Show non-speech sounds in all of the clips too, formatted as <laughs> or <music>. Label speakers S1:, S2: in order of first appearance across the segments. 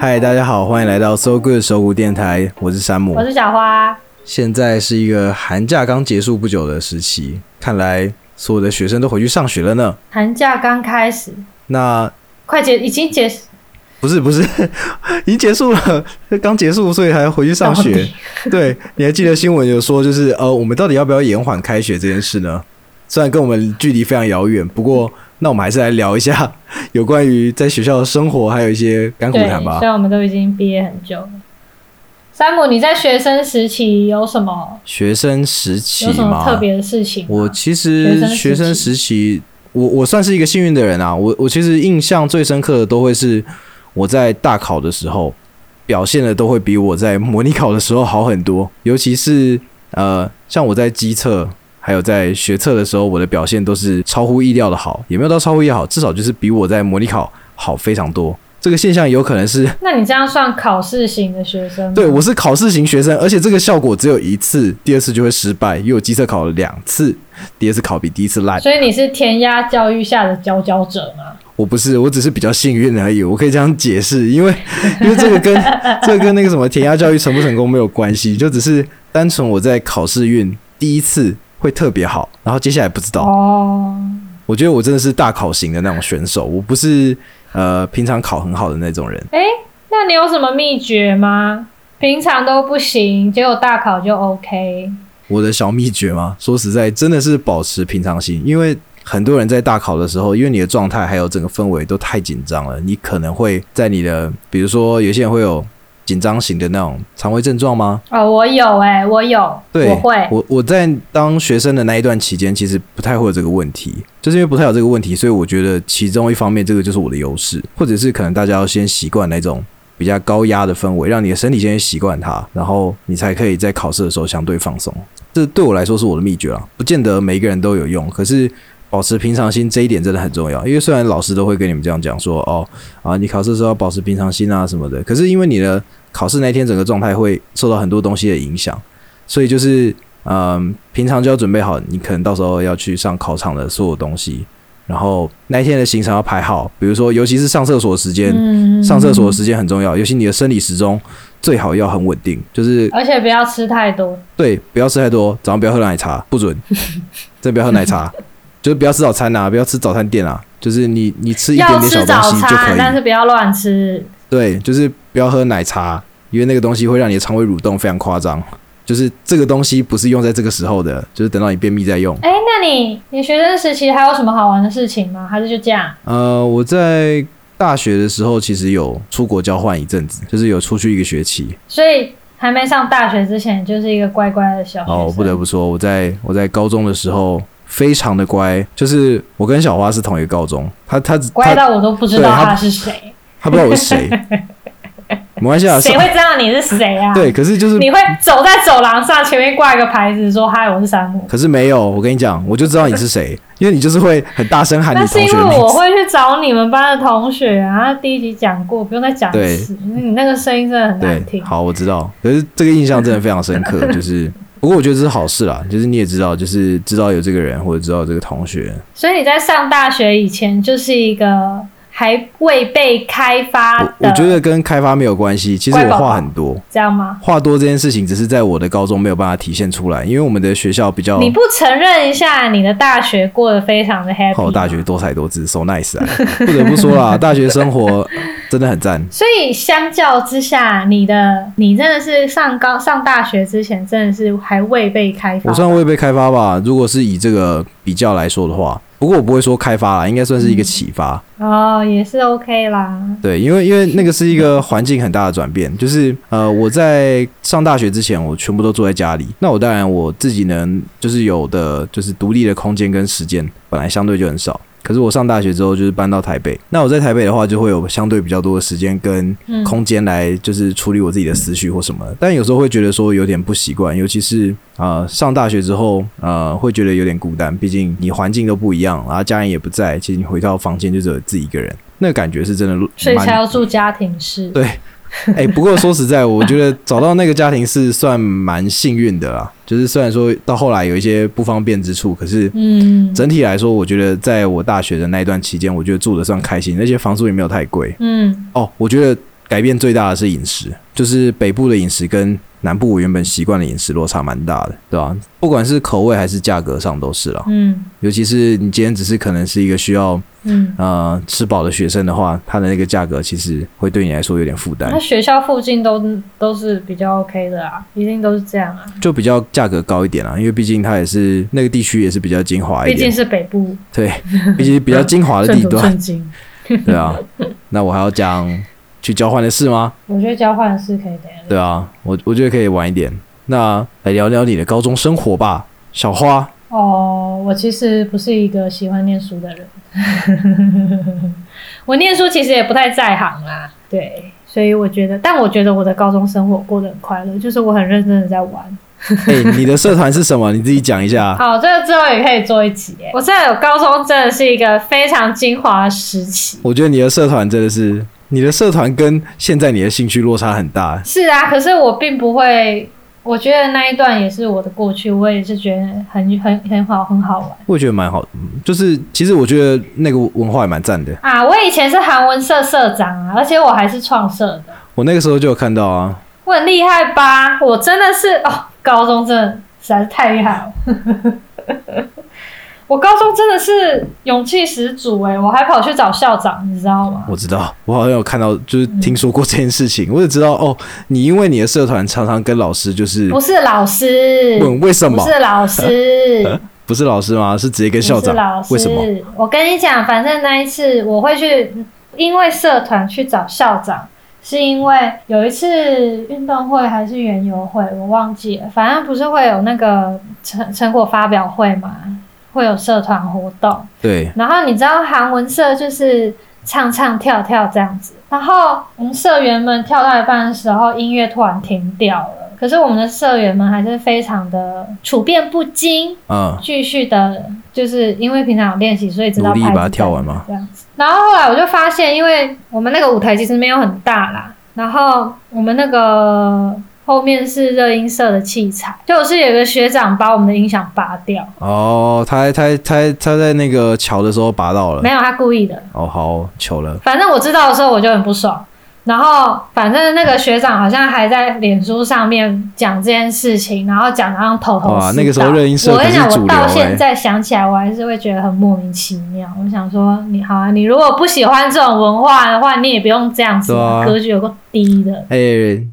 S1: 嗨，大家好，欢迎来到 So Good 手鼓电台，我是山姆
S2: 我。是小花。
S1: 现在是一个寒假刚结束不久的时期，看来所有的学生都回去上学了呢。
S2: 寒假刚开始，
S1: 那 <laughs>
S2: 快结已经结
S1: 不是不是，已经结束了， <laughs> 刚结束，所以还回去上
S2: 到
S1: 学
S2: 底。
S1: 对，你还记得新闻有说，就是呃，我们到底要不要延缓开学这件事呢？虽然跟我们距离非常遥远，不过那我们还是来聊一下 <laughs> 有关于在学校的生活，还有一些甘苦
S2: 对，
S1: 谈吧
S2: 虽。然我们都已经毕业很久了。山姆，你在学生时期有什么
S1: 学生时期
S2: 有什
S1: 嘛，
S2: 么特别的事情吗？
S1: 我其实啊学
S2: 学
S1: 生
S2: 生
S1: 时
S2: 时
S1: 期，我我算是一个幸运的人啊。我我其实印象最深刻的都会是我在大考的时候表现的都会比我在模拟考的时候好很多，尤其是呃，像我在机测还有在学测的时候，我的表现都是超乎意料的好，也没有到超乎意料好，至少就是比我在模拟考好非常多。这个现象有可能是
S2: 那你这样算考试型的学生吗？
S1: 对我是考试型学生，而且这个效果只有一次，第二次就会失败，因为我机测考了两次，第二次考比第一次烂。
S2: 所以你是填鸭教育下的佼佼者吗？
S1: 我不是，我只是比较幸运而已。我可以这样解释，因为因为这个跟这个跟那个什么填鸭教育成不成功没有关系，就只是单纯我在考试运第一次会特别好，然后接下来不知道。
S2: 哦，
S1: 我觉得我真的是大考型的那种选手，我不是呃平常考很好的那种人。
S2: 那你有什么秘诀吗？平常都不行，结果大考就 OK。
S1: 我的小秘诀吗？说实在，真的是保持平常心，因为很多人在大考的时候，因为你的状态还有整个氛围都太紧张了，你可能会在你的，比如说有些人会有紧张型的那种肠胃症状吗？
S2: 哦，我有哎、我有，
S1: 对，
S2: 我会，
S1: 我我在当学生的那一段期间，其实不太会有这个问题，就是因为不太有这个问题，所以我觉得其中一方面，这个就是我的优势，或者是可能大家要先习惯那种比较高压的氛围，让你的身体先习惯它，然后你才可以在考试的时候相对放松。这对我来说是我的秘诀啊，不见得每一个人都有用，可是。保持平常心这一点真的很重要，因为虽然老师都会跟你们这样讲说，哦啊，你考试的时候要保持平常心啊什么的，可是因为你的考试那天整个状态会受到很多东西的影响，所以就是嗯，平常就要准备好，你可能到时候要去上考场的所有东西，然后那一天的行程要排好，比如说，尤其是上厕所时间，
S2: 嗯
S1: 上厕所的时间很重要，尤其你的生理时钟最好要很稳定，就是
S2: 而且不要吃太多。
S1: 对，不要吃太多，早上不要喝奶茶，不
S2: <laughs>
S1: 准，真的不要喝奶茶，就是不要吃早餐啊，不要吃早餐店啊，就是你你吃一点
S2: 要
S1: 点
S2: 吃
S1: 小
S2: 早
S1: 东西就可
S2: 餐，但
S1: 以，
S2: 是不要乱吃。
S1: 对，就是不要喝奶茶，因为那个东西会让你的肠胃蠕动非常夸张，就是这个东西不是用在这个时候的，就是等到你便秘再用。
S2: 哎、那你你学生时期还有什么好玩的事情吗？还是就这样？
S1: 呃，我在大学的时候其实有出国交换一阵子，就是有出去一个学期。
S2: 所以还没上大学之前，就是一个乖乖的小学
S1: 然后
S2: 生。
S1: 不得不哦说，我在我在高中的时候非常的乖，就是我跟小花是同一个高中，她她
S2: 乖
S1: 她
S2: 到我都不知
S1: 对
S2: 道
S1: 他
S2: 他是谁，
S1: 她不知道我是
S2: <laughs>
S1: 谁，没关系啊。
S2: 谁
S1: 上
S2: 会知道你是谁啊？
S1: 对，，可是就是
S2: 你会走在走廊上，前面挂一个牌子说“嗨，我是山姆
S1: 可是没有，我跟你讲，我就知道你是谁，因为你就是会很大声”。喊你
S2: 那是
S1: 同
S2: 因
S1: 学
S2: 为
S1: 的名
S2: 我
S1: 字。
S2: 会去找你们班的同学啊，第一集讲过，不用再讲一次。你那个声音真的很
S1: 对，
S2: 难听。
S1: 好，我知道。可是这个印象真的非常深
S2: <laughs>
S1: 刻，就是不过我觉得这是好事啦，就是你也知道，就是知道有这个人或者知道有这个同学，
S2: 所以你在上大学以前就是一个还未被开发的，
S1: 我我觉得跟开发没有关系，其实我话很多，
S2: 这样吗？
S1: 话多这件事情只是在我的高中没有办法体现出来，因为我们的学校比较
S2: 你不承认一下你的大学过得非常的 happy？
S1: 好，
S2: 吗
S1: 哦大学多才多姿，so nice 啊！不得不说啦，大学生活真的很
S2: <laughs>
S1: 赞。
S2: 所以相较之下，你的你真的是上高上大学之前，真的是还未被开发。
S1: 我算未被开发吧，如果是以这个比较来说的话，不过我不会说开发啦，应该算是一个启发。
S2: 哦，也是 OK 啦。
S1: 对，因为因为那个是一个环境很大的转变，就是呃，我在上大学之前，我全部都住在家里。那我当然我自己能就是有的就是独立的空间跟时间，本来相对就很少。可是我上大学之后就是搬到台北，那我在台北的话就会有相对比较多的时间跟
S2: 嗯
S1: 空间来就是处理我自己的思绪或什么的，但有时候会觉得说有点不习惯，尤其是呃上大学之后呃会觉得有点孤单，毕竟你环境都不一样，然后家人也不在，其实你回到房间就只有自己一个人，那个感觉是真的蛮。
S2: 所以才要住家庭式。
S1: 对哎、不过说实在，我觉得找到那个家庭是算蛮幸运的啦。就是虽然说到后来有一些不方便之处，可是
S2: 嗯
S1: 整体来说，我觉得在我大学的那一段期间，我觉得住的算开心，而且房租也没有太贵。
S2: 嗯，
S1: 哦，我觉得改变最大的是饮食，就是北部的饮食跟南部我原本习惯的饮食落差蛮大的，对吧、不管是口味还是价格上都是啦，
S2: 嗯
S1: 尤其是你今天只是可能是一个需要
S2: 嗯，
S1: 呃吃饱的学生的话，它的那个价格其实会对你来说有点负担
S2: 那，学校附近都都是比较 OK 的啊，一定都是这样啊，
S1: 就比较价格高一点啦，因为毕竟它也是那个地区也是比较精华一
S2: 毕竟
S1: 点，
S2: 是北部，
S1: 对， <laughs> 毕竟比较精华的
S2: 寸
S1: 地
S2: 土 <laughs>
S1: 段，
S2: 寸金。
S1: 对啊。那我还要讲去交换的事吗？
S2: 我觉得交换是可以的。
S1: 对啊，我我觉得可以晚一点。那来聊聊你的高中生活吧，小花。
S2: 哦，我其实不是一个喜欢念书的人， <laughs> 我念书其实也不太在行啦。对，所以我觉得，但我觉得我的高中生活过得很快乐，就是我很认真的在玩。
S1: 哎、
S2: <laughs>
S1: 你的社团是什么？你自己讲一下。
S2: 好，这个之后也可以做一集耶。我真的有高中真的是一个非常精华的时期。
S1: 我觉得你的社团真的是，你的社团跟现在你的兴趣落差很大。
S2: 是啊，可是我并不会，我觉得那一段也是我的过去，我也是觉得很很很好，很好玩。
S1: 我也觉得蛮好，嗯就是其实我觉得那个文化也蛮赞的。
S2: 啊，我以前是韩文社社长啊，而且我还是创社的，
S1: 我那个时候就有看到啊，
S2: 我很厉害吧？我真的是哦，高中真的实在是太厉害了。 <laughs> 我高中真的是勇气十足哎、我还跑去找校长，你知道吗？
S1: 我知道，我好像有看到，就是听说过这件事情。我只知道哦，你因为你的社团常常跟老师就是
S2: 不是老师，
S1: 问为什么
S2: 不，是
S1: <laughs>
S2: 老师，
S1: 不是老师吗？是直接跟
S2: 不
S1: 校
S2: 是
S1: 长
S2: 老师。
S1: 为什么？
S2: 我跟你讲，反正那一次我会去，因为社团去找校长，是因为有一次运动会还是园游会，我忘记了，反正不是会有那个成成果发表会嘛，会有社团活动。
S1: 对，
S2: 然后你知道韩文社就是唱唱跳跳这样子，然后我们社员们跳到一半的时候，音乐突然停掉了，可是我们的社员们还是非常的处变不惊，
S1: 嗯，
S2: 继续的，就是因为平常有练习，所以知道
S1: 努力
S2: 拍子
S1: 把它跳
S2: 在
S1: 完
S2: 哪
S1: 嘛
S2: 这样子。然后后来我就发现，因为我们那个舞台其实没有很大啦，然后我们那个后面是热音社的器材，就是有个学长把我们的音响拔掉，
S1: 哦，他他他他在那个桥的时候拔到了
S2: 没，有他故意的。
S1: 哦，好糗了，
S2: 反正我知道的时候我就很不爽。然后，反正那个学长好像还在脸书上面讲这件事情，然后讲得好像头头是道。
S1: 哇那个时候热音社
S2: 我跟你讲，
S1: 可是主
S2: 我
S1: 流欸
S2: 到现在想起来，我还是会觉得很莫名其妙。我想说，你好啊，你如果不喜欢这种文化的话，你也不用这样子
S1: 对
S2: 嘛，
S1: 啊
S2: 格局有够低的。啊
S1: 哎、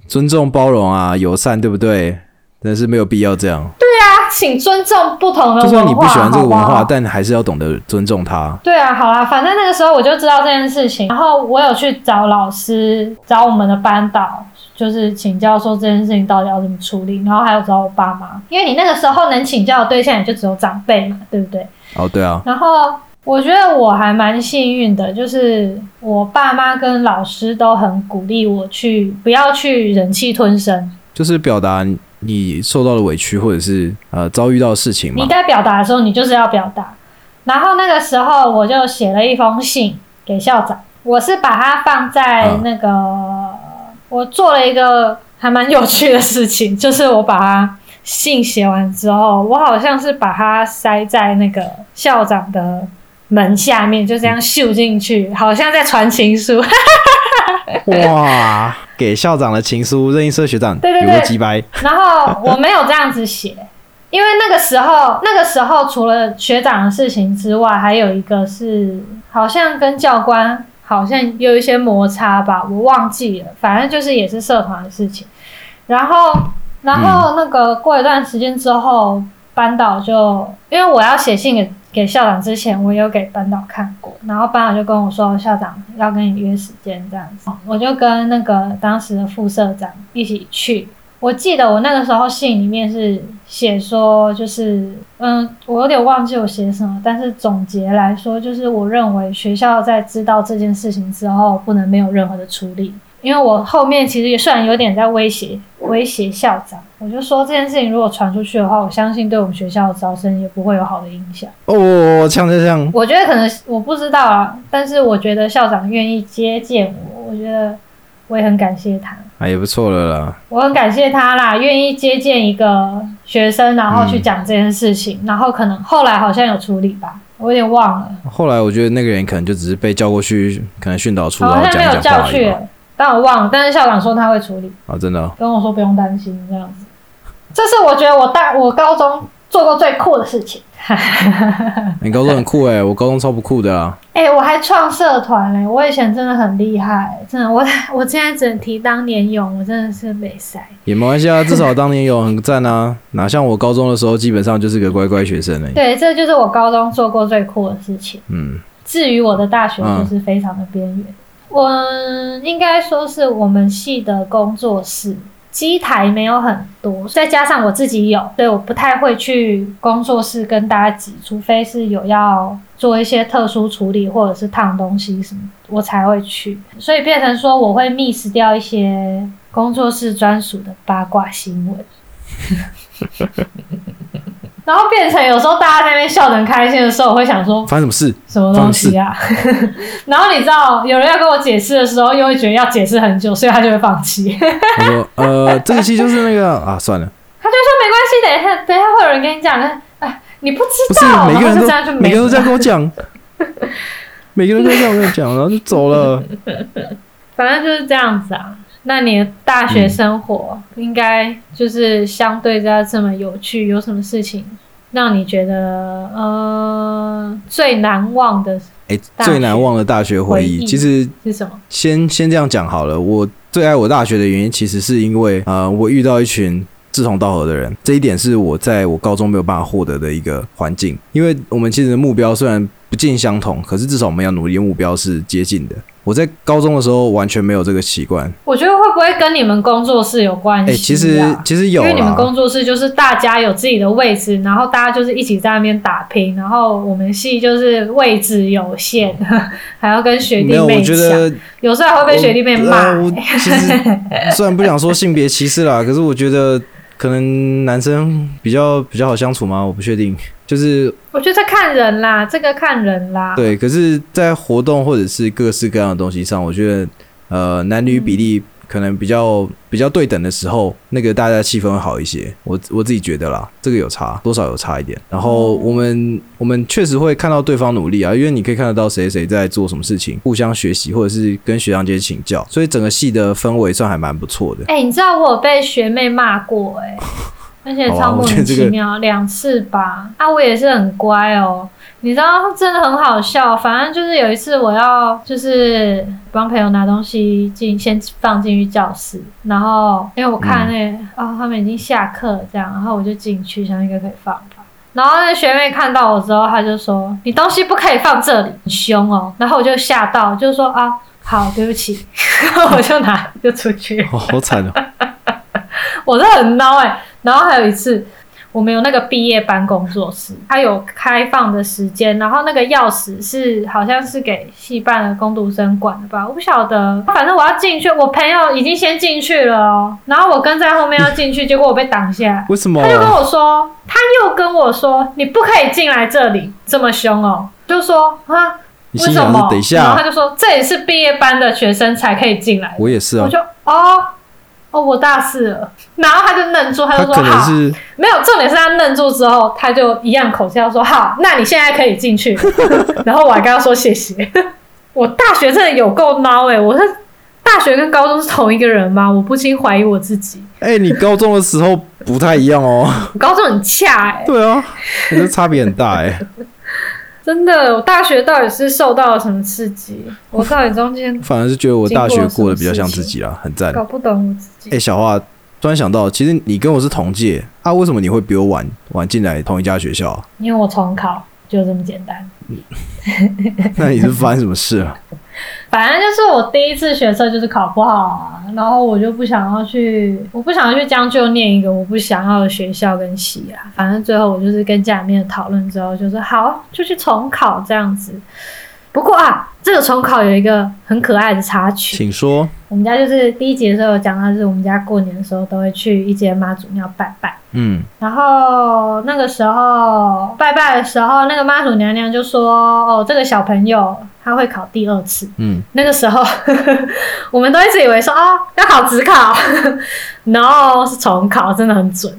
S1: 尊重包容啊，友善，对不对？但是没有必要这样，
S2: 啊，请尊重不同的文化，
S1: 就算你不喜欢这个文
S2: 好不
S1: 化，
S2: 好
S1: 但还是要懂得尊重它。
S2: 对啊，好啦，反正那个时候我就知道这件事情，然后我有去找老师，找我们的班导，就是请教说这件事情到底要怎么处理，然后还有找我爸妈，因为你那个时候能请教的对象也就只有长辈嘛，对不对？
S1: 哦，对啊，
S2: 然后我觉得我还蛮幸运的，就是我爸妈跟老师都很鼓励我去不要去忍气吞声，
S1: 就是表达你受到的委屈，或者是呃遭遇到的事情
S2: 你
S1: 嘛。
S2: 该表达的时候，你就是要表达。然后那个时候我就写了一封信给校长，我是把它放在
S1: 嗯
S2: 那个，我做了一个还蛮有趣的事情，就是我把它信写完之后，我好像是把它塞在那个校长的。门下面就这
S1: 嗯
S2: 样绣进去，好像在传情书。
S1: 哇，给校长的情书，任意社学长
S2: 对对
S1: 有个
S2: 对
S1: 几百，
S2: 然后我没有这样子写，因为那个时候，那个时候除了学长的事情之外，还有一个是好像跟教官好像有一些摩擦吧，我忘记了，反正就是也是社团的事情。然后，然后那个过一段时间之后，班导就因为我要写信给给校长之前，我有给班导看过，然后班导就跟我说校长要跟你约时间这样子，我就跟那个当时的副社长一起去。我记得我那个时候信里面是写说，就是嗯，我有点忘记我写什么，但是总结来说，就是我认为学校在知道这件事情之后，不能没有任何的处理，因为我后面其实也虽然有点在威胁威胁校长，我就说这件事情如果传出去的话，我相信对我们学校的招生也不会有好的影响。
S1: 哦，呛呛呛，
S2: 我觉得可能我不知道啊，但是我觉得校长愿意接见我，我觉得我也很感谢他，
S1: 啊，也不错了啦。
S2: 我很感谢他啦，愿意接见一个学生，然后去讲这件事情，然后可能后来好像有处理吧，我有点忘了，
S1: 后来我觉得那个人可能就只是被叫过去，可能训导处，然
S2: 好
S1: 后
S2: 像
S1: 讲
S2: 哦没
S1: 一讲
S2: 有叫
S1: 话而已
S2: 去
S1: 吧。
S2: 了。但我忘了，但是校长说他会处理，
S1: 啊，真的哦、
S2: 跟我说不用担心这样子。这是我觉得我大我高中做过最酷的事情。
S1: 你高中很酷哎、我高中超不酷的啊，
S2: 哎、我还创社团嘞、我以前真的很厉害、真的，我 <laughs> 我现在只能提当年勇，我真的是没塞。
S1: 也没关系啊，至少当年有很赞啊，哪像我高中的时候，基本上就是个乖乖学生而已。
S2: 对，这就是我高中做过最酷的事情。
S1: 嗯，
S2: 至于我的大学，
S1: 嗯
S2: 就是非常的边缘。我应该说是我们系的工作室机台没有很多，再加上我自己有，所以我不太会去工作室跟大家挤，除非是有要做一些特殊处理或者是烫东西什么，我才会去。所以变成说我会 miss 掉一些工作室专属的八卦新闻。然后变成有时候大家在那边笑得很开心的时候，我会想说，
S1: 发生什么事？
S2: 什么东西啊？ <laughs> 然后你知道，有人要跟我解释的时候，又会觉得要解释很久，所以他就会放弃。 <laughs> 他
S1: 我说 <laughs> 呃，这个戏就是那个啊，算了，
S2: 就说没关系，等一下，等一下会有人跟你讲的。哎，你不
S1: 不
S2: 知
S1: 是
S2: 道，
S1: 每个
S2: 然
S1: 人都
S2: 后就这样就
S1: 每
S2: 没
S1: 个人都这
S2: 了。
S1: 样跟我
S2: <laughs>
S1: 讲，每个人都这样跟我讲，然后就走了。
S2: 反正就是这样子啊。那你的大学生活应该就是相对在这么有趣，有什么事情让你觉得呃最难忘的
S1: 哎、
S2: 大学
S1: 最难忘的大学回忆，
S2: 回忆
S1: 其实
S2: 是什么？
S1: 先先这样讲好了。我最爱我大学的原因，其实是因为呃，我遇到一群志同道合的人，这一点是我在我高中没有办法获得的一个环境。因为我们其实目标虽然不尽相同，可是至少我们要努力的目标是接近的。我在高中的时候完全没有这个习惯。
S2: 我觉得会不会跟你们工作室有关
S1: 哎、
S2: 系、啊？
S1: 其实其实有
S2: 因为你们
S1: 啦，
S2: 工作室就是大家有自己的位置，然后大家就是一起在那边打拼，然后我们系就是位置有限， <laughs> 还要跟学
S1: 没
S2: 弟
S1: 有，我
S2: 妹
S1: 觉
S2: 抢，
S1: 得
S2: 有时候还会被学弟妹骂、
S1: 我呃我其
S2: <laughs>
S1: 实虽然不想说性别歧视啦，可是我觉得可能男生比较比较好相处吗？我不确定。就是
S2: 我觉得看人啦，这个看人啦。
S1: 对，可是，在活动或者是各式各样的东西上，我觉得呃男女比例可能比较比较对等的时候，那个大家气氛会好一些。我我自己觉得啦，这个有差，多少有差一点。然后我们我们确实会看到对方努力啊，因为你可以看得到谁谁在做什么事情，互相学习或者是跟学长姐请教，所以整个系的氛围算还蛮不错的。
S2: <laughs> 哎、你知道我有被学妹骂
S1: <laughs>
S2: 过哎、而且
S1: 好啊
S2: 超
S1: 我
S2: 莫
S1: 觉得
S2: 名
S1: 这
S2: 其
S1: 个
S2: 妙两、次吧。啊，我也是很乖哦。你知道真的很好笑，反正就是有一次我要就是帮朋友拿东西进，先放进去教室，然后因为我
S1: 嗯
S2: 看那个、哦他们已经下课了这样，然后我就进去想应该可以放吧。然后那学妹看到我之后，她就说：“你东西不可以放这里，很凶哦。”然后我就吓到，就说：“啊，好，对不起。” <laughs> 然后我就拿就出去了。
S1: 哦，好 <laughs> 惨哦！
S2: 我真的很孬哎、然后还有一次，我们有那个毕业班工作室，它有开放的时间，然后那个钥匙是好像是给系办的工读生管的吧，我不晓得。反正我要进去，我朋友已经先进去了哦，然后我跟在后面要进去，结果我被挡下来。
S1: 为什么
S2: 他？就跟我说，他又跟我说，你不可以进来这里，这么凶哦，就说啊，
S1: 你
S2: 为
S1: 心
S2: 什
S1: 想是？
S2: 么
S1: 等一
S2: 然后他
S1: 下，
S2: 就说，这也是毕业班的学生才可以进来的
S1: 我也是
S2: 我
S1: 啊，
S2: 就哦哦，我大四了，然后他就愣住，他
S1: 他
S2: 就说
S1: 可能
S2: 好，
S1: 是。
S2: 没有重点是他愣住之后，他就一样口气要说好，那你现在可以
S1: <laughs>
S2: 进去， <laughs> 然后我还跟他说谢谢。 <laughs> 我大学真的有够孬哎、我是大学跟高中是同一个人吗？我不禁怀疑我自己，
S1: 哎、你高中的时候不太一样哦。
S2: 我高中很恰哎、
S1: <laughs> 对啊，你这差别很大哎、
S2: 真的，我大学到底是受到了什么刺激？我到底中间
S1: 反而是觉得我大学过得比较像自己啦，很赞。
S2: 搞不懂我自己
S1: 哎、。小花，突然想到，其实你跟我是同届啊，为什么你会比我晚晚进来同一家学校啊、
S2: 因为我重考，就这么简单。
S1: 那你是发生什么事啊了、
S2: 反正就是我第一次学车就是考不好啊，然后我就不想要去，我不想要去将就念一个我不想要的学校跟系啊。反正最后我就是跟家里面讨论之后，就说好就去重考这样子。不过啊，这个重考有一个很可爱的插曲，
S1: <laughs> 请说。
S2: 我们家就是第一集的时候有讲到，就是我们家过年的时候都会去一间妈祖庙拜拜。
S1: 嗯，
S2: 然后那个时候拜拜的时候，那个妈祖娘娘就说：“哦，这个小朋友他会考第二次。
S1: 嗯，
S2: 那个时候 <laughs> 我们都一直以为说哦要考职考 <laughs> ，no 是重考，真的很准。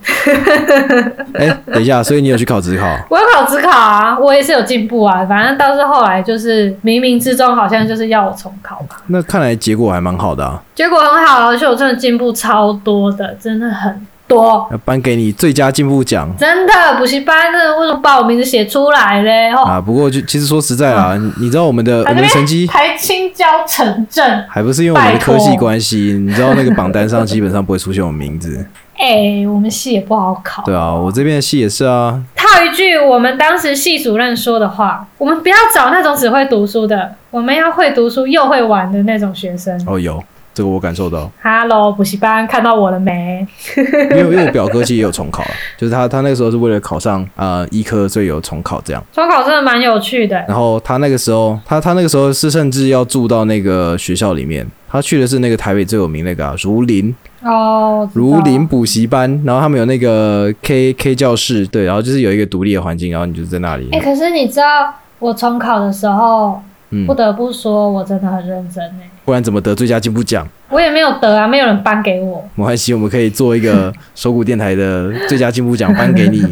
S1: 哎、等一下，所以你有去考职考？
S2: 我有考职考啊，我也是有进步啊，反正到是后来就是冥冥之中好像就是要我重考吧，
S1: 那看来结果还蛮好的啊，
S2: 结果很好，而且我真的进步超多的，真的很多。
S1: 要颁给你最佳进步奖
S2: 真的补习班，真的为什么把我名字写出来嘞？哦，
S1: 啊。不过就其实说实在啦，你你知道我们的我
S2: 还
S1: 们的成绩
S2: 台青交城镇，
S1: 还不是因为我们的
S2: 拜托
S1: 科系关系，你知道那个榜单上基本上不会出现我名字，
S2: 哎、我们系也不好考。
S1: 对啊，我这边的系也是啊，
S2: 套一句我们当时系主任说的话，我们不要找那种只会读书的，我们要会读书又会玩的那种学生。
S1: 哦有这个我感受到，
S2: Hello，补习班看到我了没？
S1: 因为因为我表哥其实也有重考啊， <laughs> 就是他他那个时候是为了考上呃医科，所以有重考这样。
S2: 中考真的蛮有趣的、
S1: 然后他那个时候，他他那个时候是甚至要住到那个学校里面，他去的是那个台北最有名那个、啊、如林
S2: 哦。知道
S1: 如林补习班，然后他们有那个 K K 教室，对，然后就是有一个独立的环境，然后你就在那里
S2: 哎、，可是你知道我重考的时候，
S1: 嗯
S2: 不，得不说我真的很认真哎、
S1: 不然怎么得最佳进步奖？
S2: 我也没有得啊，没有人颁给我。
S1: 没关系，我们可以做一
S2: <laughs>
S1: 个手鼓电台的最佳进步奖颁给你。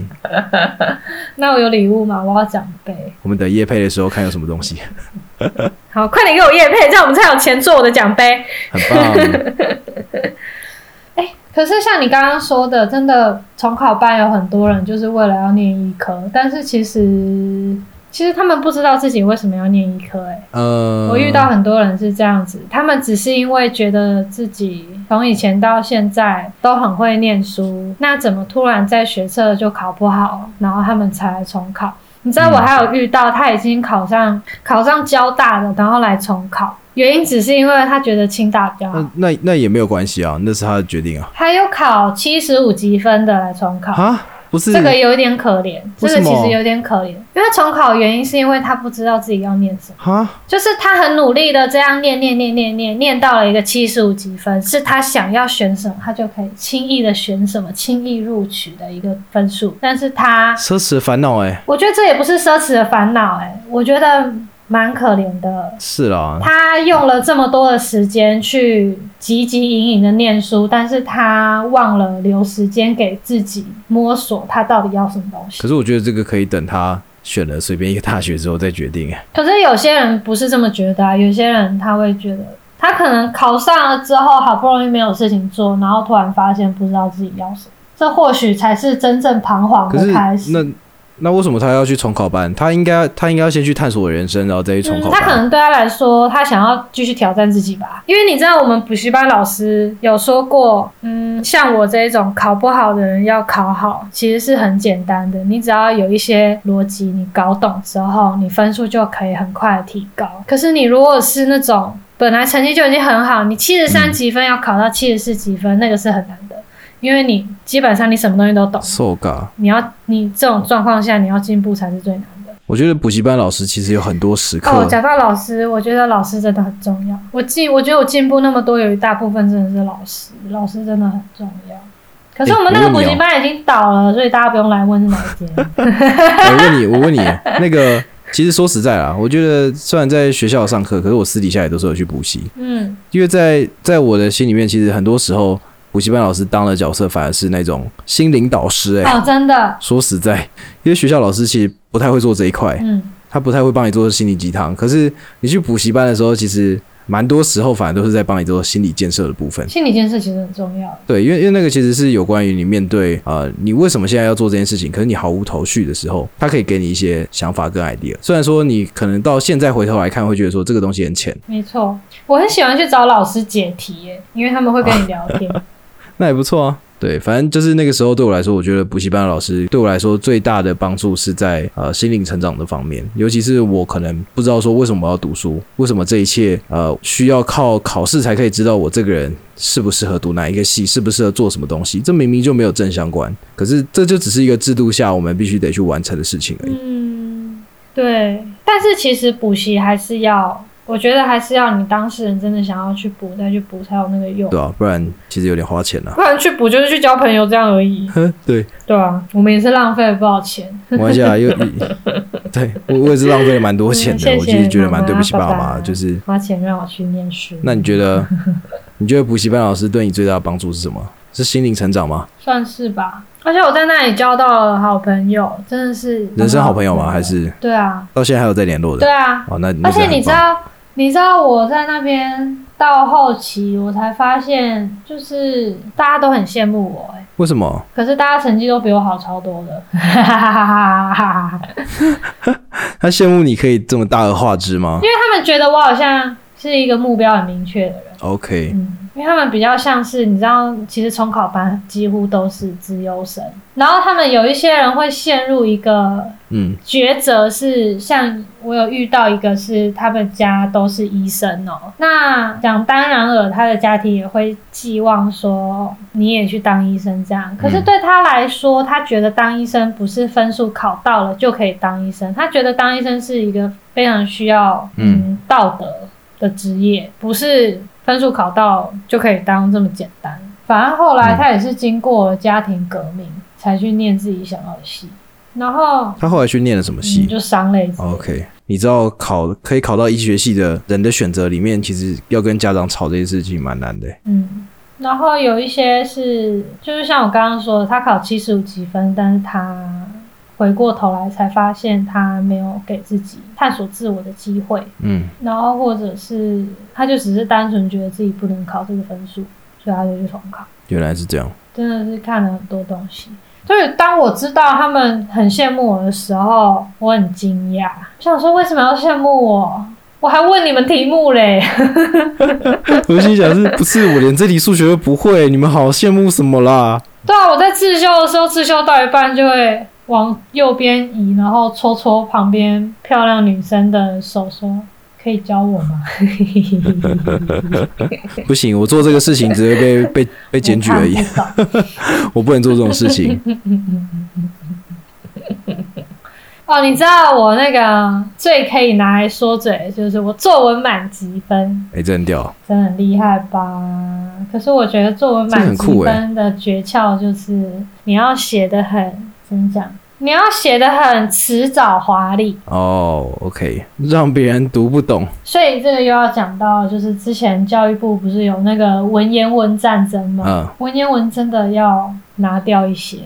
S2: 那我有礼物吗？我要奖杯。
S1: 我们等夜配的时候看有什么东西，
S2: 好，快点给我叶配，这样我们才有钱做我的奖杯。
S1: 很棒。
S2: 可是像你刚刚说的，真的重考班有很多人就是为了要念医科，但是其实其实他们不知道自己为什么要念医科、欸。
S1: 呃，
S2: <laughs> 我遇到很多人是这样子，他们只是因为觉得自己从以前到现在都很会念书，那怎么突然在学测就考不好，然后他们才来重考？你知道我还有遇到他已经考上考上交大的，然后来重考，原因只是因为他觉得清大比较好
S1: 那，那那也没有关系啊，那是他的决定啊。
S2: 还有考七十五积分的来重考。
S1: 啊，不是
S2: 这个有点可怜，这
S1: 为什
S2: 个
S1: 么
S2: 其实有点可怜，因为重考原因是因为他不知道自己要念什么。
S1: 啊，
S2: 就是他很努力的这样念念念念念念到了一个七十五积分，是他想要选什么，他就可以轻易的选什么，轻易录取的一个分数。但是他，
S1: 奢侈的烦恼哎，
S2: 我觉得这也不是奢侈的烦恼，哎，我觉得蛮可怜的。
S1: 是啦，
S2: 他用了这么多的时间去汲汲营营的念书，但是他忘了留时间给自己摸索他到底要什么东西
S1: 可。是我觉得这个可以等他选了随便一个大学之后再决定。欸
S2: 可是有些人不是这么觉得啊，有些人他会觉得，他可能考上了之后，好不容易没有事情做，然后突然发现不知道自己要什么，这或许才是真正彷徨
S1: 可是
S2: 的开始。
S1: 那那为什么他要去重考班？他应该他应该要先去探索人生，然后再去重考
S2: 嗯，他可
S1: 班。
S2: 能对他来说，他想要继续挑战自己吧，因为你知道我们补习班老师有说过，嗯，像我这一种考不好的人要考好，其实是很简单的，你只要有一些逻辑，你搞懂之后，你分数就可以很快的提高。可是你如果是那种本来成绩就已经很好，你七十三
S1: 嗯
S2: 积分要考到七十四积分，那个是很难的，因为你基本上你什么东西都懂，
S1: 受噶，
S2: 你要你这种状况下你要进步才是最难的。
S1: 我觉得补习班老师其实有很多时
S2: <laughs>
S1: 刻，
S2: 哦，讲到老师，我觉得老师真的很重要。我进，我觉得我进步那么多，有一大部分真的是老师，老师真的很重要。可是
S1: 诶
S2: 我们那个
S1: 我
S2: 补
S1: 问你哦
S2: 习班已经倒了，所以大家不用来问是哪一
S1: <laughs>
S2: 间。
S1: 哎我问你，我问你，那个其实说实在啦，我觉得虽然在学校上课，可是我私底下也都是有去补习，
S2: 嗯，
S1: 因为在在我的心里面，其实很多时候补习班老师当的角色反而是那种心灵导师、欸。
S2: 哦，真的，
S1: 说实在，因为学校老师其实不太会做这一块，
S2: 嗯，
S1: 他不太会帮你做心理鸡汤。可是你去补习班的时候，其实蛮多时候反而都是在帮你做心理建设的部分。
S2: 心理建设其实很重要。
S1: 对，因为因为那个其实是有关于你面对呃，你为什么现在要做这件事情，可是你毫无头绪的时候，他可以给你一些想法跟 idea。虽然说你可能到现在回头来看，会觉得说这个东西很浅，
S2: 没错，我很喜欢去找老师解题耶，因为他们会跟你聊天。
S1: 哦
S2: <laughs>
S1: 那也不错啊。对，反正就是那个时候对我来说，我觉得补习班的老师对我来说最大的帮助是在呃心灵成长的方面，尤其是我可能不知道说为什么我要读书，为什么这一切呃需要靠考试才可以知道我这个人适不适合读哪一个系，适不适合做什么东西，这明明就没有正相关，可是这就只是一个制度下我们必须得去完成的事情而已。
S2: 嗯，对，但是其实补习还是要我觉得还是要你当事人真的想要去补再去补才有那个用，
S1: 对啊，不然其实有点花钱啊了、
S2: 不然去补就是去交朋友这样而已。
S1: 呵， <laughs> 对，
S2: 对啊，我们也是浪费了不少钱。
S1: 没关系啊，
S2: <laughs>
S1: 又对我我也是浪费了蛮多钱的，
S2: 嗯谢谢
S1: 我其实觉得蛮对不起
S2: 妈妈
S1: 爸
S2: 爸
S1: 妈，
S2: 爸
S1: 就是
S2: 花钱让我去念书，
S1: 那你觉得 <laughs> 你觉得补习班老师对你最大的帮助是什么？是心灵成长吗？
S2: 算是吧。而且我在那里交到了好朋友，真的是
S1: 人生好朋友
S2: 很
S1: 吗？还
S2: 的
S1: 是
S2: 对啊，
S1: 到现在还有在联络的？
S2: 对啊。
S1: 哦，那那
S2: 而
S1: 真的
S2: 且
S1: 很
S2: 你知
S1: 棒
S2: 道，你知道我在那边到后期，我才发现，就是大家都很羡慕我、欸，
S1: 为什么？
S2: 可是大家成绩都比我好超多的， <laughs> 因
S1: 他羡慕你可以这么大而化之吗
S2: 为他们觉得我好像是一个目标很明确的人，
S1: 哦？OK，
S2: 嗯，因为他们比较像是你知道，其实重考班几乎都是资优生，然后他们有一些人会陷入一个
S1: 嗯，
S2: 抉择是像我有遇到一个是他们家都是医生哦、那想当然了，他的家庭也会寄望说你也去当医生这样。可是对他来说，他觉得当医生不是分数考到了就可以当医生，他觉得当医生是一个非常需要
S1: 嗯
S2: 嗯道德的职业，不是分数考到就可以当这么简单。反正后来他也是经过了家庭革命才去念自己想要的戏，然后
S1: 他后来去念了什么
S2: 嗯
S1: 系、
S2: 就伤了一次。
S1: o k 你知道考可以考到医学系的人的选择里面，其实要跟家长吵这件事情蛮难的。
S2: 嗯，然后有一些是，就是像我刚刚说的，他考七十五几分，但是他回过头来才发现他没有给自己探索自我的机会，
S1: 嗯，
S2: 然后或者是他就只是单纯觉得自己不能考这个分数，所以他就去重考。
S1: 原来是这样。
S2: 真的是看了很多东西。所以当我知道他们很羡慕我的时候，我很惊讶，想说为什么要羡慕我？我还问你们题目嘞。
S1: 我心想是不是我连这题数学都不会？你们好羡慕什么啦？
S2: 对啊，我在自修的时候，自修到一半就会往右边移，然后戳戳旁边漂亮女生的手，说：“可以教我吗？”
S1: 不行，我做这个事情只会被被被 <laughs> 检举而已 <laughs>
S2: 我，看不懂
S1: 我不能做这种事情。
S2: 哦，你知道我那个最可以拿来说嘴，就是我作文满积分，
S1: 哎、真屌！
S2: 真的很厉害吧？可是我觉得作文满积分的诀窍就是你要写的很，怎么讲？你要写的很辞藻华丽，
S1: 哦、o k 让别人读不懂。
S2: 所以这个又要讲到，就是之前教育部不是有那个文言文战争吗？
S1: 嗯
S2: 文言文真的要拿掉一些。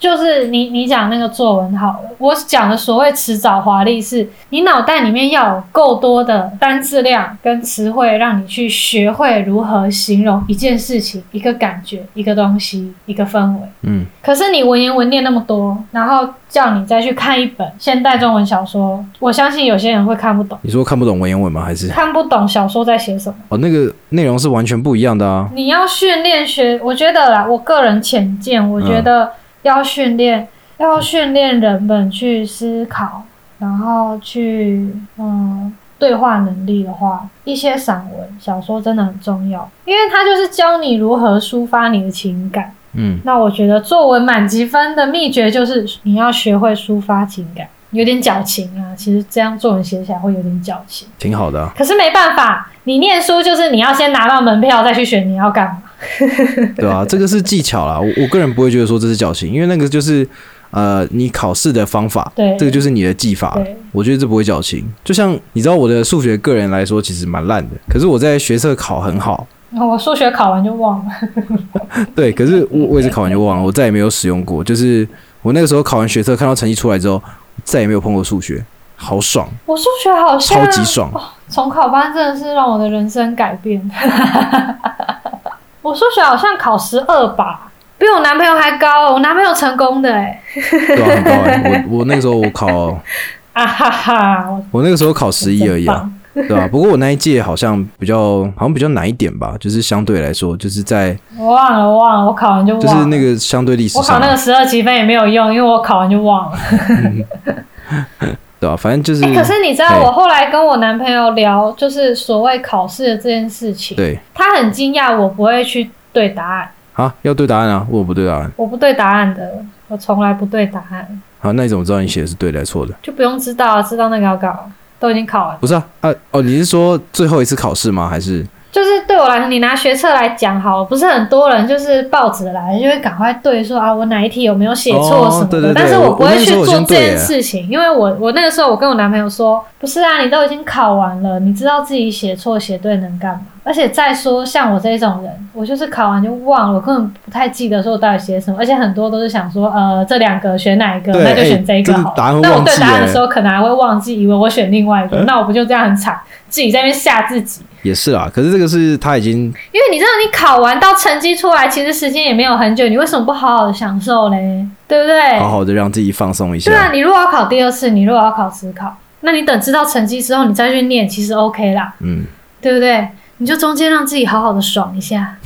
S2: 就是你你讲那个作文好了，我讲的所谓辞藻华丽是，你脑袋里面要有够多的单字量跟词汇，让你去学会如何形容一件事情、一个感觉、一个东西、一个氛围。
S1: 嗯，
S2: 可是你文言文念那么多，然后叫你再去看一本现代中文小说，我相信有些人会看不懂。
S1: 你说看不懂文言文吗？还是
S2: 看不懂小说在写什么。
S1: 哦，那个内容是完全不一样的啊。
S2: 你要训练学，我觉得啦，我个人浅见，我觉得要训练，要训练人们去思考，然后去嗯对话能力的话，一些散文、小说真的很重要，因为它就是教你如何抒发你的情感。
S1: 嗯，
S2: 那我觉得作文满积分的秘诀就是你要学会抒发情感，有点矫情啊，其实这样作文写起来会有点矫情。
S1: 挺好的、啊。
S2: 可是没办法，你念书就是你要先拿到门票再去选你要干嘛。
S1: 对啊，这个是技巧啦。我我个人不会觉得说这是矫情，因为那个就是呃你考试的方法，
S2: 对
S1: 这个就是你的技法。
S2: 对，
S1: 我觉得这不会矫情。就像你知道我的数学，个人来说其实蛮烂的，可是我在学测考很好。
S2: 然后我数学考完就忘了。
S1: 对，可是我我也是考完就忘了，我再也没有使用过。就是我那个时候考完学测，看到成绩出来之后，再也没有碰过数学，好
S2: <laughs>
S1: 爽，
S2: 我数学好像
S1: 超级爽。
S2: 重考班真的是让我的人生改变。 <laughs> 我数学好像考十二吧，比我男朋友还高、哦，我男朋友成功的哎、
S1: 对啊，很高欸我我那个时候我考，
S2: <laughs> 啊哈哈，我
S1: 我那个时候考十一而已
S2: <laughs>
S1: 啊，对吧、不过我那一届好像比较，好像比较难一点吧，就是相对来说，就是在
S2: 我忘了，我忘了，我考完就忘
S1: 就
S2: 了。
S1: 是那个相对历史
S2: 我考
S1: 上
S2: 那
S1: 啊，
S2: 个十二积分也没有用，因为我考完就忘了。
S1: 对吧、反正就是
S2: 哎、可是你知道，
S1: 嘿
S2: 我后来跟我男朋友聊，就是所谓考试的这件事情，
S1: 对
S2: 他很惊讶我不会去对答案，
S1: 啊，要对答案啊，我有不对答案。啊
S2: 我不对答案的，我从来不对答案，
S1: 好，那你怎么知道你写的是对的还是错的？
S2: 就不用知道，知道那个要干嘛。都已经考完了。
S1: 不是啊，啊哦，你是说最后一次考试吗？还是
S2: 就是对我来说，你拿学测来讲好了，不是很多人就是报纸来就会赶快对说啊，我哪一题有没有写错
S1: 哦
S2: 什么的。
S1: 对对对
S2: 但是
S1: 我
S2: 不会
S1: 我
S2: 去
S1: 那时候我
S2: 做
S1: 先
S2: 这
S1: 对耶
S2: 件事情，因为我我那个时候我跟我男朋友说，不是啊，你都已经考完了，你知道自己写错写对能干嘛？而且再说像我这种人，我就是考完就忘了，我根本不太记得说我到底写什么，而且很多都是想说呃这两个选哪一个，
S1: 对
S2: 那就
S1: 哎
S2: 选这一个
S1: 真的
S2: 好了。
S1: 答案会
S2: 但我
S1: 忘
S2: 对
S1: 记
S2: 答案的
S1: 耶
S2: 时候可能还会忘记，以为我选另外一个，
S1: 嗯
S2: 那我不就这样很惨，自己在那边吓自己。
S1: 也是啦？可是这个是他已经
S2: 因为你知道，你考完到成绩出来，其实时间也没有很久，你为什么不好好的享受嘞？对不对？
S1: 好好的让自己放松一下。
S2: 哎对啊，你如果要考第二次，你如果要考职考，那你等知道成绩之后，你再去念，其实 OK 啦，
S1: 嗯，
S2: 对不对？你就中间让自己好好的爽
S1: <laughs>
S2: 一下。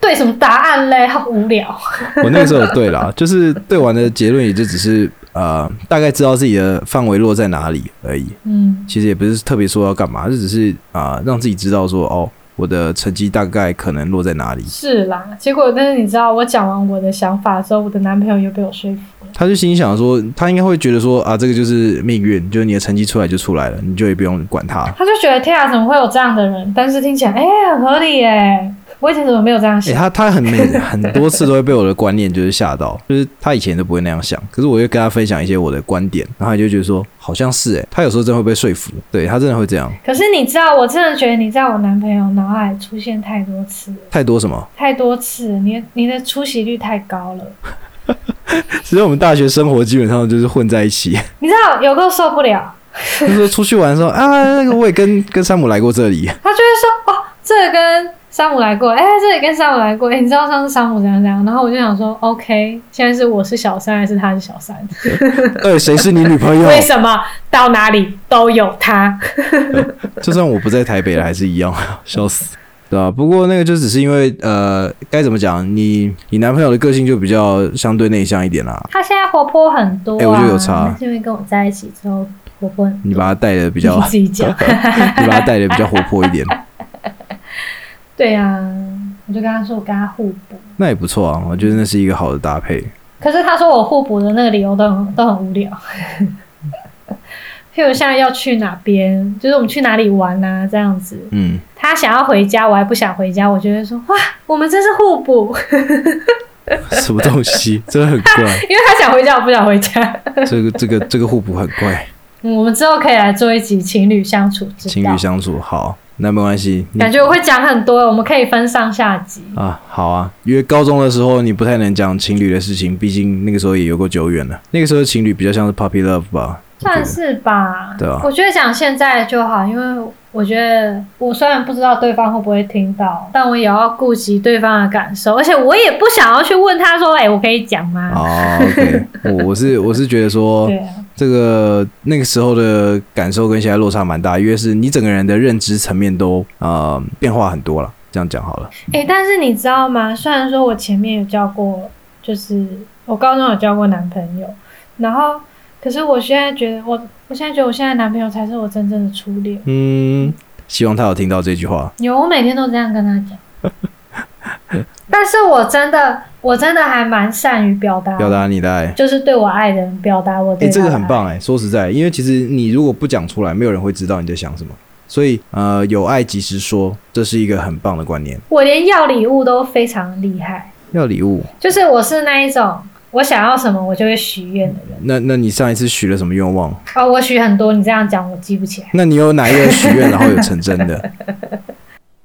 S2: 对什么答案嘞？好无聊。
S1: 我那个时候有对啦， <laughs> 就是对完的结论也就只是呃，大概知道自己的范围落在哪里而已。
S2: 嗯，
S1: 其实也不是特别说要干嘛，就只是啊、呃让自己知道说哦，我的成绩大概可能落在哪里。
S2: 是啦。结果，但是你知道，我讲完我的想法之后，我的男朋友又被我说服了。
S1: 他就心想说，他应该会觉得说啊，这个就是命运，就是你的成绩出来就出来了，你就也不用管它。
S2: 他就觉得天啊，怎么会有这样的人？但是听起来，哎、很合理耶。我以前怎么没有这样
S1: 诶、
S2: 想？
S1: 他他很
S2: <laughs>
S1: 每很多次都会被我的观念就是吓到， <laughs> 就是他以前都不会那样想，可是我会跟他分享一些我的观点，然后他就觉得说好像是诶、欸他有时候真的会被说服，对他真的会这样，
S2: 可是你知道，我真的觉得你在我男朋友脑海出现太多次了，
S1: 太多什么？
S2: 太多次了，你你的出席率太高了。
S1: 其实我们大学生活基本上就是混在一起， <laughs>
S2: 你知道有够受不了，
S1: 就是说出去玩的时候啊，那个我也跟跟山姆来过这里，
S2: 他就会说哦，这个跟山姆来过，哎、这里跟山姆来过，哎、你知道上次山姆怎样怎样，然后我就想说，OK，现在是我是小三还是他是小三？
S1: 对，谁是你女朋友？
S2: 为什么到哪里都有他？
S1: 就算我不在台北了，还是一样， <laughs> 笑死。对啊，不过那个就只是因为呃，该怎么讲，你你男朋友的个性就比较相对内向一点啦，
S2: 他现在活泼很多、啊，
S1: 哎我觉得有差
S2: 是因为跟我在一起之后活泼很多。
S1: 你把他带的比较，
S2: 你 <laughs> 自己讲，
S1: 你把他带的比较活泼一点，
S2: 对呀、我就跟他说我跟他互补。
S1: 那也不错啊，我觉得那是一个好的搭配。
S2: 可是他说我互补的那个理由都很都很无聊， <laughs> 譬如像要去哪边，就是我们去哪里玩啊这样子。
S1: 嗯，
S2: 他想要回家，我还不想回家，我就会说哇，我们真是互补， <laughs>
S1: 什么东西，真的很怪，
S2: 因为他想回家，我不想回家。 <laughs>
S1: 这个这个这个互补很怪，
S2: 嗯我们之后可以来做一集情侣相处之
S1: 情
S2: 道
S1: 侣，相处好，那没关系，你
S2: 感觉我会讲很多，我们可以分上下集。
S1: 啊，好啊，因为高中的时候你不太能讲情侣的事情，毕竟那个时候也有过久远了。那个时候情侣比较像是 puppy love 吧，我觉
S2: 算
S1: 得
S2: 是吧，
S1: 对啊
S2: 我觉得讲现在就好，因为我觉得我虽然不知道对方会不会听到，但我也要顾及对方的感受，而且我也不想要去问他说：“哎、我可以讲吗
S1: 哦，OK，我我是我是觉得？”说
S2: 对啊，
S1: 这个那个时候的感受跟现在落差蛮大，因为是你整个人的认知层面都呃变化很多了。这样讲好了，
S2: 哎、但是你知道吗？虽然说我前面有交过，就是我高中有交过男朋友，然后可是我现在觉得我，我现在觉得我现在男朋友才是我真正的初恋。
S1: 嗯，希望他有听到这句话。
S2: 有，我每天都这样跟他讲。但是我真的，我真的还蛮善于表达，
S1: 表达你的爱，
S2: 就是对啊我爱的人表达我
S1: 哎、
S2: 对他
S1: 这
S2: 的爱、
S1: 个很棒哎、说实在，因为其实你如果不讲出来，没有人会知道你在想什么。所以呃，有爱及时说，这是一个很棒的观念。
S2: 我连要礼物都非常厉害，
S1: 要礼物，
S2: 就是我是那一种我想要什么我就会许愿的人。
S1: 那那你上一次许了什么愿望？
S2: 哦，我许很多，你这样讲我记不起来。
S1: 那你有哪一个许愿然后有成真
S2: <laughs>
S1: 的？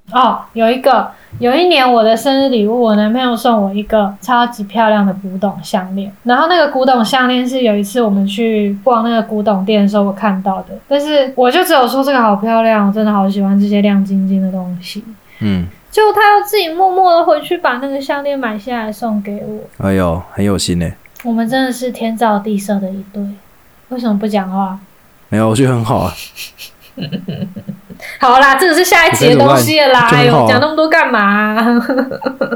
S2: 哦，有一个，有一年我的生日礼物，我男朋友送我一个超级漂亮的古董项链。然后那个古董项链是有一次我们去逛那个古董店的时候我看到的，但是我就只有说这个好漂亮，我真的好喜欢这些亮晶晶的东西。
S1: 嗯，
S2: 结果他又自己默默的回去把那个项链买下来送给我。
S1: 哎呦，很有心呢、
S2: 我们真的是天造地设的一对，为什么不讲话？
S1: 没有，我觉得很好啊。
S2: 好啦，这个是下一集的东西了啦，
S1: 你看
S2: 哎
S1: 怎么办就很好啊
S2: 呦，讲那么多干嘛、 <laughs>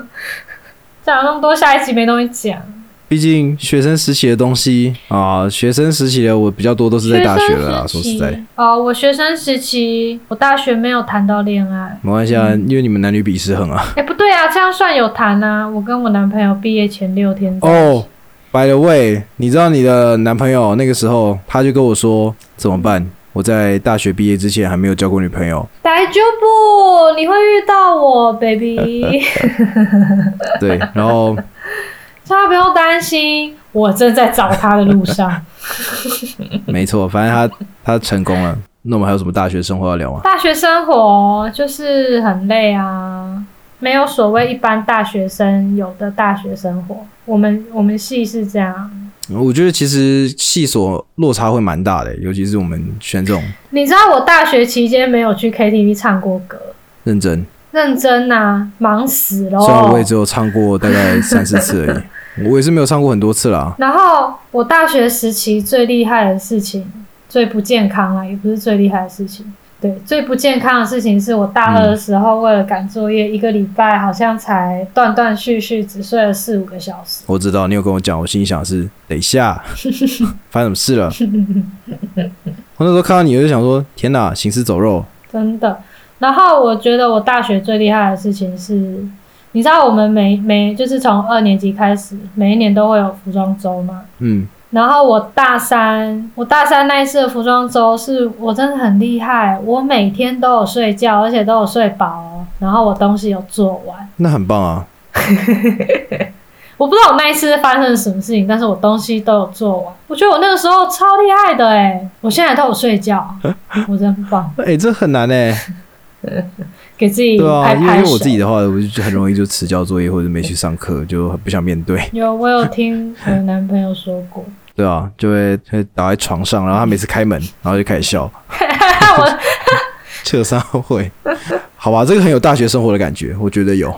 S2: 讲那么多，下一集没东西讲。
S1: 毕竟学生时期的东西啊、学生时期的我比较多都是在大学了啦。说
S2: 学
S1: 实
S2: 生时期
S1: 在，
S2: 哦，我学生时期，我大学没有谈到恋爱。
S1: 没关系啊，因为你们男女比失衡啊。
S2: 哎，不对啊，这样算有谈啊！我跟我男朋友毕业前六天在一起
S1: 哦， By the way，你知道你的男朋友那个时候，他就跟我说怎么办？我在大学毕业之前还没有交过女朋友。
S2: 大丈夫，你会遇到我，baby，
S1: <laughs> 对， <laughs> 然后
S2: 千万不用担心，我正在找他的路上。
S1: 没错，反正他他成功了。那我们还有什么大学生活要聊吗？
S2: 大学生活就是很累啊，没有所谓一般大学生有的大学生活。我们我们系是这样，啊
S1: 我觉得其实系所落差会蛮大的，尤其是我们选这种
S2: 你知道我大学期间没有去 KTV 唱过歌，
S1: 认真。
S2: 认真呐、忙死喽。
S1: 虽然我也只有唱过大概三四次而已，我也是没有唱过很多次啦。
S2: 然后我大学时期最厉害的事情，最不健康啊，也不是最厉害的事情。对，最不健康的事情是我大二的时候，为了赶作业，一个礼拜好像才断断续续只睡了四五个小时。
S1: 我知道你有跟我讲，我心里想的是等一下发生什么事了。我那时候看到你，我就想说天哪，行尸走肉。
S2: 真的。然后我觉得我大学最厉害的事情是，你知道我们每每就是从二年级开始，每一年都会有服装周吗？
S1: 嗯，
S2: 然后我大三，我大三那一次的服装周是我真的很厉害，我每天都有睡觉，而且都有睡饱哦，然后我东西有做完。
S1: 那很棒啊。
S2: 我不知道我那一次发生了什么事情，但是我东西都有做完。我觉得我那个时候超厉害的哎、我现在都有睡觉，我真棒，
S1: 哎、这很难哎、
S2: 给自己
S1: 对啊，
S2: 拍
S1: 因为
S2: 拍
S1: 因为
S2: 手
S1: 我。自己的话，我就很容易就迟交作业或者没去上课，就很不想面对，
S2: 有，我有听我的男朋友说
S1: <laughs>
S2: 过，
S1: 对啊，就会就会倒在床上，然后他每次开门，然后就开始笑，
S2: 哎
S1: <laughs>
S2: 我
S1: 彻三会，好吧，这个很有大学生活的感觉，我觉得有，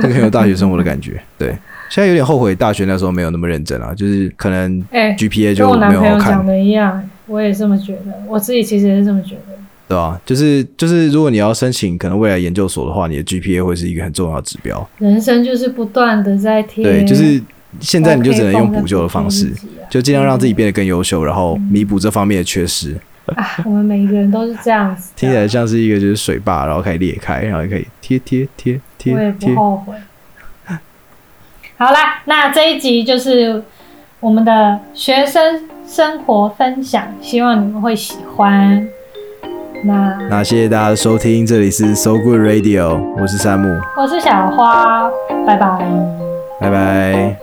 S1: 这个很有大学生活的感觉，对，现在有点后悔大学那时候没有那么认真啊，就是可能
S2: 哎、
S1: GPA
S2: 跟
S1: 就
S2: 我男
S1: 没有
S2: 朋
S1: 好
S2: 友
S1: 看
S2: 讲，的一样，我也这么觉得，我自己其实也是这么觉得。
S1: 对吧、就是就是如果你要申请可能未来研究所的话，你的 GPA 会是一个很重要的指标，
S2: 人生就是不断的在贴，
S1: 对，就是现在你就只能用
S2: OK，
S1: 补救的方式
S2: 放在。自己啊
S1: 就尽量让自己变得更优秀，然后
S2: 嗯
S1: 弥补这方面的缺失。
S2: 啊，我们每一个人都是这样子的，
S1: 听起来像是一个就是水坝，然后可以裂开，然后可以贴贴贴贴
S2: 我也不
S1: 贴。
S2: 后悔。好啦，那这一集就是我们的学生生活分享，希望你们会喜欢。那
S1: 那谢谢大家的收听，这里是 So Good Radio，我是山姆，
S2: 我是小花，拜拜。
S1: 拜拜。